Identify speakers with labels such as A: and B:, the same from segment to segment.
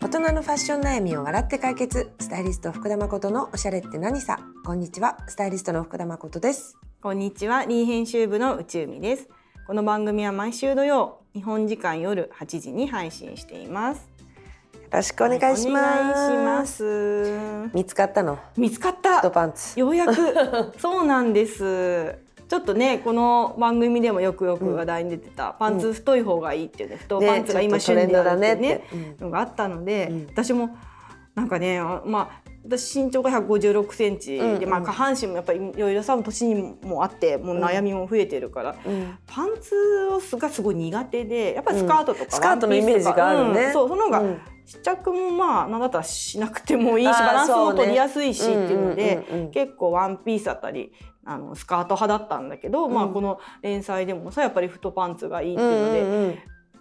A: 人のファッション悩みを笑って解決スタイリスト福田誠のおしゃれって何さこんにちはスタイリストの福田誠です
B: こんにちは、リー編集部の内海です。この番組は毎週土曜、日本時間夜8時に配信しています。
A: よろしくお願いします,、
B: お願いします
A: 見つかったの
B: 見つかっ
A: ド
B: た。
A: パンツ
B: ようや く。そうなんです。ちょっとね、この番組でもよくよく話題に出てた、パンツ太い方がいいっていうね、太パンツが今
A: ねちょっとトレ
B: 旬
A: ン
B: で
A: ド
B: あ
A: だ
B: るってい
A: ね
B: う
A: って
B: ね、
A: うん
B: のがあったので、
A: うん
B: 私もなんかねあまあ私身長が156センチで、
A: うんうん
B: まあ、下半身もやっぱりいろいろさ年にもあってもう悩みも増えてるから、
A: うん
B: パンツがすごい苦手でやっぱりスカートとか、
A: うんスカートのイメージがあるね
B: うんそうその方が
A: うん
B: 試着もまあなんだったらしなくてもいいし
A: あー
B: バランス
A: そう
B: も
A: ね
B: 取りやすいしっていうので、
A: うんうんうんうん
B: 結構ワンピースあったりあのスカート派だったんだけど、まあ
A: うん
B: この連載でもさやっぱり太パンツがいいって
A: う
B: いうので、
A: んうんうん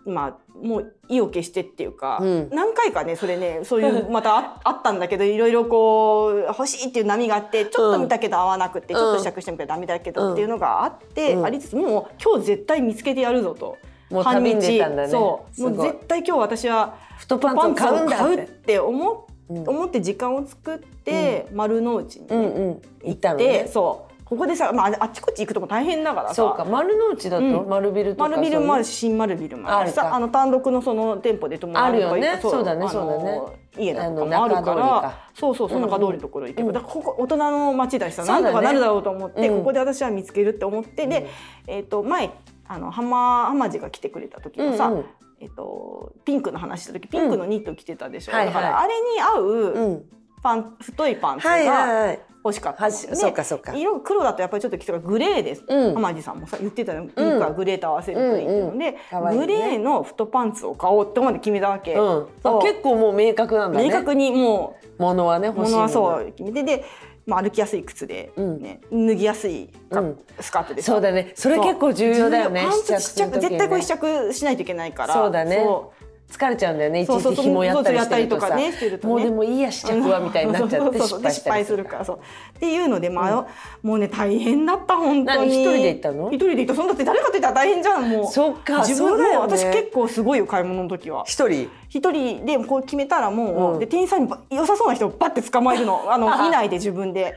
B: まあもう意を決してっていうか、
A: うん
B: 何回かねそ れねそういうまたああったんだけどいろいろこう欲しいっていう波があってちょっと見たけど合わなくて、
A: うん
B: ちょっと試着してみたけどダメだけどっていうのがあって、
A: うん
B: ありつつもう今日絶対見つけてやるぞと。
A: もう旅に出たんだね
B: そうも
A: す
B: う
A: ごい
B: 絶対今日私は
A: 太パンツを買うんだ
B: パ
A: っ
B: ンツを買う
A: て
B: って思っ
A: うん
B: 思って時間を作って、丸の内にね、
A: うんうん行ったの
B: で、
A: ね
B: そうここでさ、まあ、あっちこっち行くとも大変だからさ
A: そうか丸の内だと
B: うん
A: 丸ビルとか
B: 丸ビルもある
A: し
B: し新丸ビルもあるし
A: あるか
B: さあの単独のその店舗で泊まるとか
A: あるよね
B: い
A: そうだね
B: あの
A: そうだね
B: 家のとかもあるか
A: あの
B: ら
A: 中通りか
B: そうそうそう
A: うんうん
B: 中通りのところ行けば、
A: うん
B: だからここ大人の街だしさ
A: そうだ
B: な
A: ね
B: んとかなるだろうと思って、
A: うん
B: ここで私は見つけるって思って、で、えっと前あの浜浜地が来てくれた時のさ、
A: うんうん
B: えっとピンクの話した時ピンクのニット着てたでしょ、
A: うんはいはい
B: だからあれに
A: う
B: 合うんパン、太いパンツ
A: はいはい
B: が
A: はい
B: 欲しかった
A: は
B: の
A: し
B: ね、
A: そうかそうか
B: 色が黒だとやっぱりちょっと基礎がグレーです、
A: うん
B: 浜地さんもさ言ってたよピンクはグレーと合わせるといいってい
A: うんう
B: うので、
A: んうん
B: グレーの太パンツを買おうってまで決めたわ
A: う
B: け、
A: ん
B: そ
A: あ
B: う
A: 結構もう明確なんだね
B: 明確にも
A: ものはね
B: う
A: 欲しい
B: 物は
A: もの
B: そう決めてで、まあ、歩きやすい靴で、
A: うん
B: ね脱ぎやすいか
A: うん
B: スカートでさ
A: そうだねそれ結構重要だよね
B: そうパンツ
A: する
B: 試着
A: 時に
B: 絶対これ試着しないといけないから
A: そうだね
B: そう
A: 疲れちゃうんだよね一
B: そうそう
A: 日紐やったりしてると
B: そう
A: さ
B: そうやったりとかねしてるとね
A: もうでもいいや試着はみたいになっちゃって
B: そう
A: 失
B: そうそうで
A: 敗し
B: 失
A: たり
B: 敗
A: す
B: す
A: る
B: る
A: か
B: かららそうっていうので、まあもうね大変だった本当
A: 何
B: に
A: 一人で行ったの
B: 一人で行ったそんだって誰かと行ったら大変じゃんもう
A: そっか
B: 自
A: そう
B: 分
A: だよね
B: もう私結構すごいよ買い物の時は
A: 一人
B: 一人でこう決めたらもう、
A: うん
B: で店員さんにば良さそうな人をバッて捕まえ るのあの見ないで自分で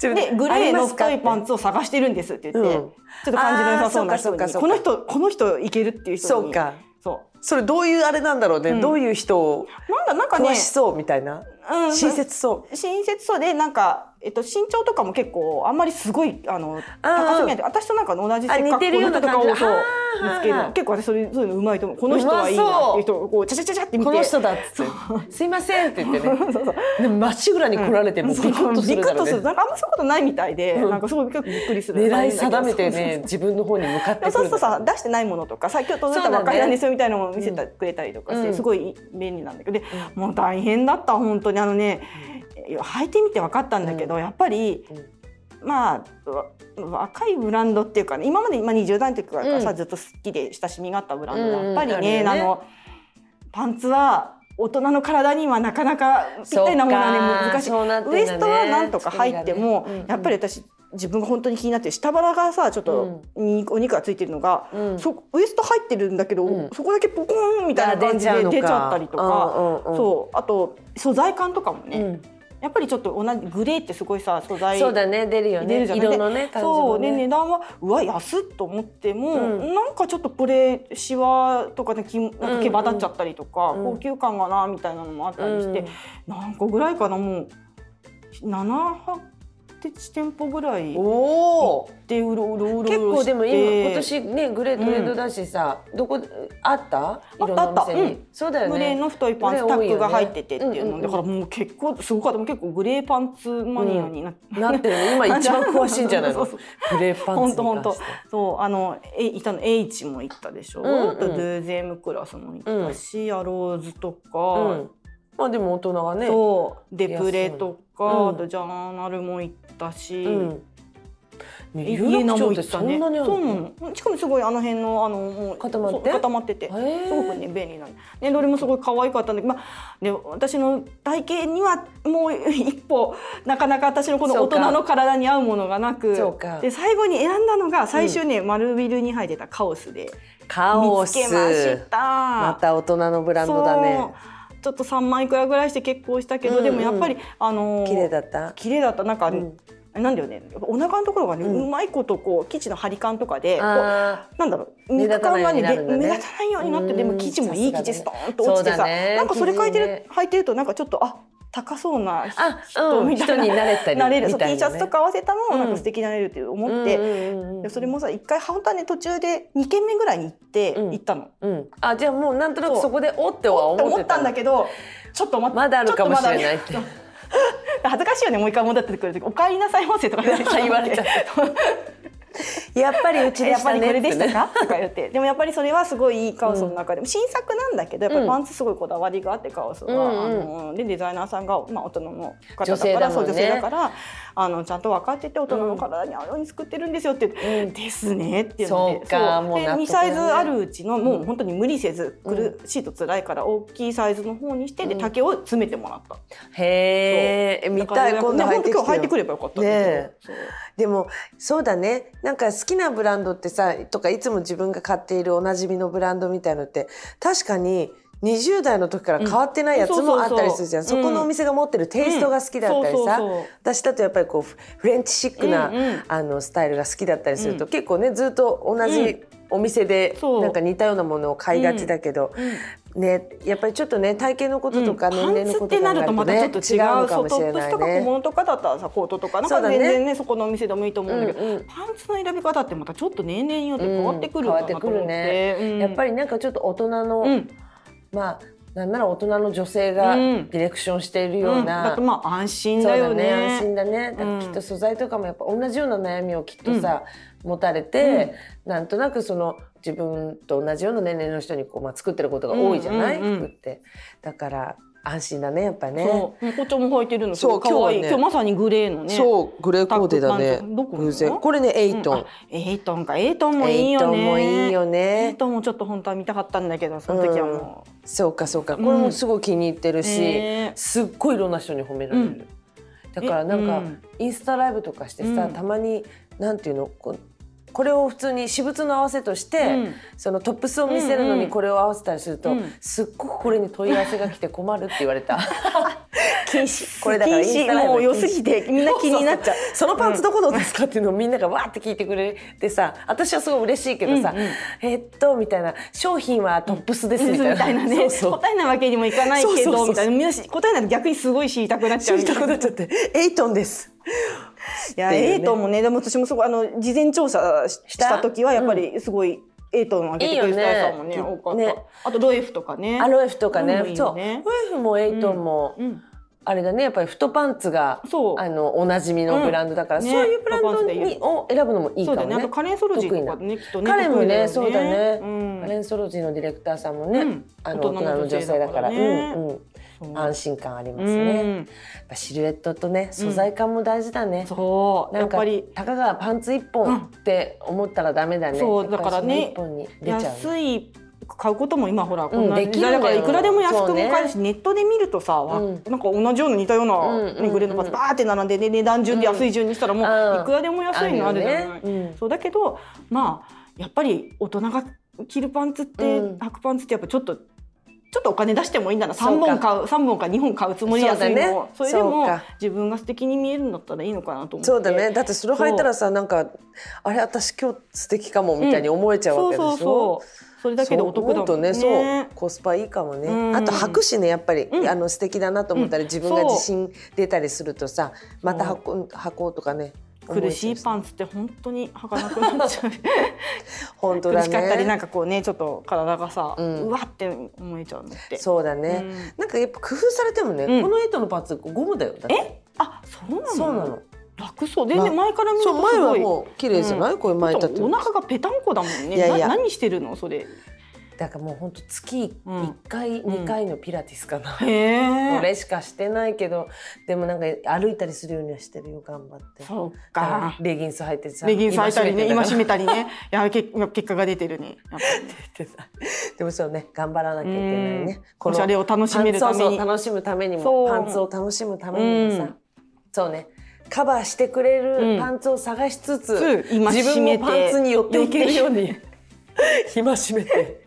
B: でグレーの太いパン
A: ツ
B: ツを探してるんですって言って、
A: うん
B: ちょっと感じの良さそうな
A: あーそう
B: 人
A: か
B: に
A: そうかそうか
B: この人この人いけるっていう人に
C: そうか
B: そう
C: それどういうあれなんだろうね、
B: ん
C: どういう人を
B: なんだなんかね
C: 詳しそうみたいな、
B: うん
C: 親切そう
B: 親切そうでなんか、えっと、身長とかも結構あんまりすごいあの高すぎない私となんか同じ性
A: あ似
B: 格
A: てるような
B: こ
A: 感
B: の人とかを
A: じ
B: そう
A: あーはい
B: 見つける
A: はい
B: の結構私そういうそういうのうまいと思うこの人はいいなっていう人をこうちゃちゃちゃちゃって見て
A: この人だっつってすいませんって言って ねでもまっしぐらに来られてもうビ
B: そ
A: ク
B: う
A: ッとす
B: ビ
A: る
B: ク
A: だ
B: ッ
A: ろ
B: と
A: う
B: する
A: ね
B: なんかあんまそういうことないみたいで、なんかすごい結構びっくりする
A: 狙い定めて
B: そうそう
A: ね自分の方に向かって
B: そ
A: く
B: う
A: る
B: するとさ出してないものとかさ今日届い
A: そう
B: た
A: だ
B: ば
A: ね
B: っかりなんですよみたいなのを見せてくれたりとかして、
A: うん
B: すごい便利なんだけど、でもう大変だった本当にあのね、いや履いてみて分かったんだけど、やっぱり、まあわ若いブランドっていうかね今まで、まあ、20代の時からさ、
A: うん
B: ずっと好きで親しみがあったブランドが
A: うんうん
B: やっぱりね,、
A: あ
B: あ
A: るよね
B: のパンツは大人の体にはなかなかぴったりなものはね
A: そうか
B: 難しい、
A: そうなってんだ
B: ウ
A: ね
B: エストはなんとか入って
A: 作りがね
B: も、
A: うんうん
B: やっぱり私自分が本当に気になってる下腹がさちょっとにお肉がついてるのが、
A: うん
B: そウエスト入ってるんだけど、
A: うん
B: そこだけポコンみたいな感じ
A: あ出ちゃう
B: で
A: のか
B: 出ちゃったりとか、
A: うんうんうん
B: そうあと素材感とかもね、
A: うん
B: やっぱりちょっと同じグレーってすごいさ素材
A: そうだね出るよ
B: 出
A: ね
B: るじゃん
A: 色のね感じ
B: そ
A: も
B: うで
A: ね
B: 値段はうわ安っと思っても、
A: うん
B: なんかちょっとこれシワとかねきなんか毛羽立っちゃったりとか、
A: うん
B: 高級感がなみたいなのもあったりして、
A: うん
B: 何個ぐらいかなもう78店舗ぐらい
A: おお
B: でうろうろうろうろして
A: 結構でも今今年ねグレートレードだしさ、どこあったいろんなお店に
B: あったあったうん
A: そうだよね
B: グレーの太いパンツ、
A: グレ
B: タ
A: ー多いよ
B: ッ
A: ね
B: クが入っててっていうので、
A: うんうんうん
B: だからもう結構すごかったもう結構グレーパンツマニアになって、
A: なってるね 今一番詳しいんじゃないの
B: そうそう
A: グレーパン
B: 本
A: ツ
B: 当
A: に
B: 本
A: 関
B: 当
A: して
B: そうあのえいたの H も行ったでしょ、
A: うんうん
B: あとドゥーゼムクラスも行ったし、アローズと
A: う
B: か
A: ん、まあでも大人がね
B: そうデプレと
A: う
B: か、
A: ん
B: あとジャーナルも行ったし、
A: うんね
B: 家
A: 有楽町って
B: 行
A: そんなにある
B: そうなのしかもすごいあの辺のあのもう
A: 固まって
B: そう固まってて
A: へー
B: すごくね便利なのねどれもすごい可愛かったんだけどまあね私の体型にはもう一歩なかなか私のこの
A: そう
B: 大
A: か
B: 人の体に合うものがなく
A: そうか
B: で最後に選んだのが最終ね、丸ビルに入ってたカオスで
C: カ
B: 見
C: オ
B: つ
C: ス
B: けました
C: また大人のブランドだね
B: そうちょっと3万いくらぐらいして結婚したけど、
A: うんうん
B: でもやっぱりあのー
A: 綺麗だった。
B: 綺麗だったなんか、
A: うん
B: なんだよねお腹のところがね、
A: う
B: うんまいことこう生地の張り感とかでこう
A: あ
B: なんだろう
A: 目
B: 肉
A: 立たな
B: 感
A: いように
B: がね
A: なる
B: で
A: んだね
B: 目立たないようになって、
A: うん
B: でも生地もいい生地ストーンと
A: そ
B: 落
A: う
B: ちて
A: だ
B: さ、
A: ね
B: なんかそれ
A: 生
B: 書
A: 地
B: いてる、
A: ね
B: 履いてるとなんかちょっとあ高そうな人
A: あ、うん、
B: みた
A: 人
B: いな
A: に慣れたり
B: なれる、
A: み
B: そう
A: たい
B: T シ
A: な
B: ャ
A: ね
B: ツとか合わせたの
A: う
B: も
A: ん
B: なんか素敵になれるって思って、
A: うんうんうんうん
B: でそれもさ一回本当はね途中で2軒目ぐらいに行って
A: うん
B: 行ったの、
A: うん、あじゃあもうなんとなく
B: そう
A: そこでおっては思って
B: 思ったんだ
A: け
B: けどちょっと待って
A: まだあるかもしれ
B: ちょっとまだ
A: な
B: あ
A: い
B: る
A: って
B: 恥ずかしいよねもう一回戻ってくる時「お帰りなさいませ」とか言われ
A: 言われちゃっやっぱりうちで
B: やっ
A: し
B: ぱ
A: た
B: り
A: ね
B: こ
A: って
B: れでした
A: ね
B: か とか言ってでもやっぱりそれはすごいいいカオスの中でも新作なんだけどやっぱりパンツすごいこだわりがあってカオスは、
A: うんうん
B: あのでデザイナーさんが、まあ、大人の方
A: 女
B: だ
A: 性
B: か
A: だ
B: ら
A: も
B: そ
A: ん
B: う
A: ね
B: 女性だからあのちゃんと分かってて大人の体に合うように作ってるんですよって言って、ですねっていうの
A: そう
B: で
A: かもう
B: で
A: 納得だね
B: 2サイズあるうちのもう本当に無理せず、くるシート辛いから大きいサイズの方にしてで
A: うん
B: 丈を詰めてもらった。
A: へえ見たい
B: だから
A: 今度
B: ね
A: 入
B: 本
A: って
B: 当今日入って
A: き
B: く
A: てよ
B: ればよかったんだけど
A: ね
B: そう
A: でもそうだねなんか好きなブランドってさとかいつも自分が買っているおなじみのブランドみたいのって確かに20代の時から変わってないやつ
B: うんそ
A: も
B: う
A: あ
B: そ
A: っ
B: うそう
A: たりするじゃんそこのお店が持ってるテイストが好きだったり
B: うんそう
A: さ
B: そうそう
A: 私だとやっぱりこうフフレンチシックな、
B: うんうん
A: あのスタイルが好きだったりすると、
B: う
A: 結構ねずっと同
B: う
A: じ
B: ん
A: お店で
B: そう
A: なんか似たようなものを買いがちだけど、ねやっぱりちょっとね体型のこととか年
B: パ
A: 齢
B: ン
A: の
B: ツ
A: こ
B: っ
A: と
B: て
A: とか
B: な
A: に
B: るとまた
A: ね
B: ちょっと違う
A: 違うか
B: そう
A: もし
B: ト
A: れ
B: ップ
A: な
B: ス
A: い
B: とか小
A: ね。
B: 物とかだったらさコートとかなん
A: そう
B: か
A: だね
B: 全然ねそこのお店でもいいと思うんだけど、
A: うんうん
B: パンツの選び方ってまたちょっと年齢によって変わってくるん
A: うん
B: だ
A: 変わって
B: な
A: く
B: と思
A: る
B: って、うん
A: やっぱりなんかちょっと大人の、
B: うん
A: まあなんなら大人の女性が
B: う
A: デ
B: ん
A: ィレクションしているよ
B: う、
A: うんな、
B: だとまあ安心
A: そう
B: だ
A: だ
B: よ
A: ね安心
B: ね。
A: だねだから
B: うん
A: きっと素材とかもやっぱ同じような悩みをきっとさ、持たれて、なんとなくその自分と同じような年齢の人にこう、まあ、作ってることが多いじゃない、
B: うんうんうん
A: 服ってだから安心だねやっぱね
B: そう、包丁も履いてるのす
C: そ
B: ご
C: う
B: い可愛い。
C: 今日
B: 今
C: はね
B: 日,、まさにグレーのね。う。
C: そうグレーコーデだね
B: タックパンツどこの
C: 偶然これねエイトン、
B: エイトンか、エイトンもい
A: エ
B: い
A: イト
B: よ
A: ン
B: ね。
A: もいいよ
B: エイ
A: ね
B: トンもちょっと本当は見たかったんだけど、その時はも
A: そうかそうかこ
B: ん
A: れもすごい気に入ってる
B: う。
A: し、
B: ね
A: すっごいいろんな人に褒められる、
B: うん
A: だからなん
B: え
A: か、
B: うん
A: インスタライブとかしてさ、
B: うん
A: たまになんていうのこうこれを普通に私物の合わせとして、
B: うん
A: そのトップスを見せるの
B: うん
A: に
B: うん
A: これを合わせたりすると、
B: うん
A: すっごくこれに問い合わせが来て困るって言われ た禁止これだからイン
B: 禁
A: スタ
B: 止
A: ライブ
B: もう良す
A: 禁止
B: ぎてみんな気になっちゃう。
A: そのパンツどこのですかっていうのをみんながわーって聞いてくれてさ私はすごい嬉しいけどさ、
B: うんうん
A: えっとみたいな商品はトップスですみ
B: み
A: たいな,、
B: たいな ね
A: そうそ う
B: 答えないわけにもいかないけど
A: そうそうそう
B: みたいなみんなし答えないと逆にすごい知りたくな っちゃう
A: 知りたくなっちゃってエイトンです
B: いや、
A: っていうね
B: エイトンもねでも私もすごいあの事前調査し
A: した
B: した時はやっぱりすごい、エイトンを上げてくれたやつもね
A: いいよね
B: 多かった、
A: ね
B: あとロエフとかね
A: アロエフとかね
B: うんいい
A: そ
B: よ
A: う
B: ね
A: ロエフもエイトンも、
B: うん
A: あれだねやっぱり太パンツが
B: そう
A: あのおなじみのブランドだから、
B: うんね
A: そういうブランド
B: 太パンツで
A: に
B: 言
A: を選ぶのもいい
B: そ
A: か
B: うだ
A: も
B: よね
A: ね
B: あとカレンソルジーとかねきっとね
A: 彼も
B: 得意
A: ね
B: よ
A: そうだね、
B: うん
A: カレンソロジーのディレクターさんもね、
B: うん
A: あの大
B: 大
A: 人
B: 人
A: の
B: の
A: 女
B: 女
A: 性
B: 性
A: だ
B: だ
A: か、
B: かららね
A: うんうん
B: そう
A: 安心感ありますね、
B: う
A: やっ
B: ん
A: ぱシルエットとね素材感も大事だね、
B: そう
A: な
B: や
A: ん
B: っ
A: か
B: ぱり
A: たかがパンツ一本って思ったらダメだね、
B: そうだからね
A: やっぱりその一本に出ちゃうね
B: 安い買うことも今ほらこんな
A: で
B: 時
A: きるんだ
B: 代
A: よ
B: だからいくらでも安く
A: そう
B: も
A: ね
B: 買えるし、ネットで見るとさ、わ
A: うん
B: なんか同じような似たよう
A: うんう
B: な、
A: んうん
B: ね、グレーのパンツバーって並んで、ね、値段順で安い順にしたらも
A: うん
B: ういくらでも安いのあるじゃない、
A: あるよねうん
B: そうだけどまあやっぱり大人が着るパンツって、
A: うん
B: 履くパンツってやっぱちょっとちょっとお金出してもいいんだな
A: そう
B: 3
A: か
B: 本買う三本か2本買うつもりで安いのを
A: そ
B: そう
A: だね
B: れ
A: そ
B: で
A: う
B: も
A: か
B: 自分が素敵に見えるんだったらいいのかなと思って
A: そうだねだってそれ履いたらさなんかあれ私今日素敵かもみたいに思えちゃうわ
B: そ
A: けで
B: う
A: しょ、
B: そうそうそれだけでお得だ
A: そう思う
B: も
A: と
B: ん
A: ね
B: ね
A: そうコスパいいかもね、
B: うん
A: あと履くしねやっぱり、
B: うん
A: あの素敵だなと思ったり自分が自信出たりするとさまた履こう履こうとかね
B: 苦しい
A: ン
B: パンツって本当に履かなくな っちゃう
A: 本当だ
B: 苦
A: ね
B: しかったりなんかこうねちょっと体がさ、
A: う
B: うんわって思えちゃうのって
A: そうだね、なんかやっぱ工夫されてもね、
B: うん
A: このエイトのパーツゴムだよだって
B: えあそうなの
A: そうなの
B: 楽そう全然
A: ま
B: 前から見る
A: そう
B: と
A: 前
B: す
A: は
B: ごい
A: もう綺麗じゃない、こういう巻いたって
B: お腹がペタンコだもんね
A: いやいや
B: な何してるのそれ
A: だからもう本当月一
B: うん
A: 回、
B: う
A: 二
B: ん
A: 回のピラティスかな、
B: へえ
A: これしかしてないけどでもなんか歩いたりするようにはしてるよ頑張って
B: そう
A: だから
B: か
A: レギンス履いてさ
B: レギンス履いたりね今
A: し
B: 締めたりねいやけ結果が出てるね やっぱり
A: ってさ でもそうね頑張らなきゃいけないね
B: うんおしゃれを楽しめるために
A: パンそうそう楽しむためにも
B: そう
A: パンツを楽しむためにもさ、
B: うん
A: そうねカバーしてくれ
B: う
A: る
B: ん
A: パンツを探しつつ、
B: つ
A: 自
B: 戒
A: 分
B: め
A: も
B: て
A: パンツに寄っていけるように今しめて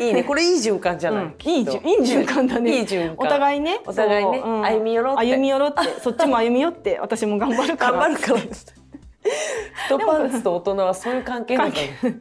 A: いいねこれいい循環じゃない、
B: うん
A: き
B: いい
A: っと
B: じゅいい循環だね
A: いい循環
B: お互いね
A: お互いね
B: そううん
A: 歩み寄ろうって
B: 歩み寄ろうってそっちも歩み寄 って私も頑張るから
A: 頑張るからって人パンツと大人はそういう関係なんだね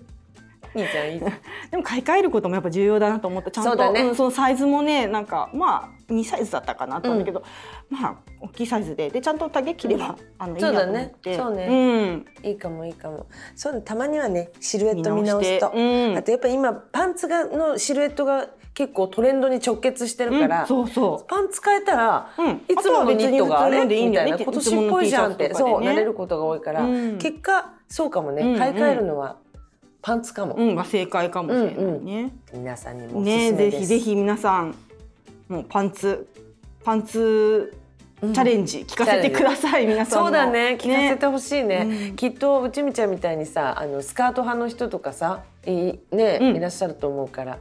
A: いいじゃんいいじゃん
B: でも買い替えることもやっぱ重要だなと思ったちゃんと
A: そうだね
B: んそのサイズもねなんかまあ2サイズだったかなあったんだけど、まあ大きいサイズででちゃんと丈切れば、あのいい
A: そ
B: な
A: う
B: と
A: だ
B: 思
A: ね
B: って
A: そうねいいかもいいかもそうねたまにはねシルエ
B: ん、
A: ット見直すと、
B: うん
A: あとやっぱ今パンツがのシルエットが結構トレンドに直結してるから、
B: うんそうそ
A: パンツ変えたら、
B: うん
A: いつものニットがあ
B: あとは別に普通
A: れ
B: のでいいん
A: み
B: だ
A: た
B: よ
A: い
B: ね
A: な今年っぽいじゃんって、
B: いつもの
A: そう
B: T シャツとかでね
A: なれることが多いから、
B: うん
A: 結果そうかもね、
B: うんうん
A: 買い替えるのはパンツかも、
B: う、うん、が正解かもしれないね。
A: 皆さんにもおす
B: ね
A: すめ
B: ぜ
A: です、
B: ひぜひ皆さんもうパンツパンツチ
A: うん
B: ャレンジ聞かせてください、皆さんも
A: そうだね聞かせてほしいね
B: うん
A: きっとうちみちゃんみたいにさあのスカート派の人とかさいね、
B: うん
A: いらっしゃると思うから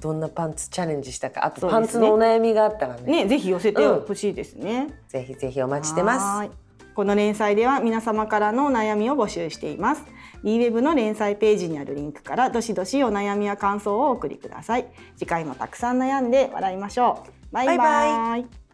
A: どんなパンツチャレンジしたかあと
B: そうです
A: パ
B: ね
A: ンツのお悩みがあったらね
B: ねぜひ寄せてほしいですね。
A: ぜひぜひお待ちしてま
B: は
A: す
B: ーいこの連載では皆様からのお悩みを募集しています。eWeb の連載ページにあるリンクからどしどしお悩みや感想をお送りください。次回もたくさん悩んで笑いましょう。バイバイ。
A: バイバ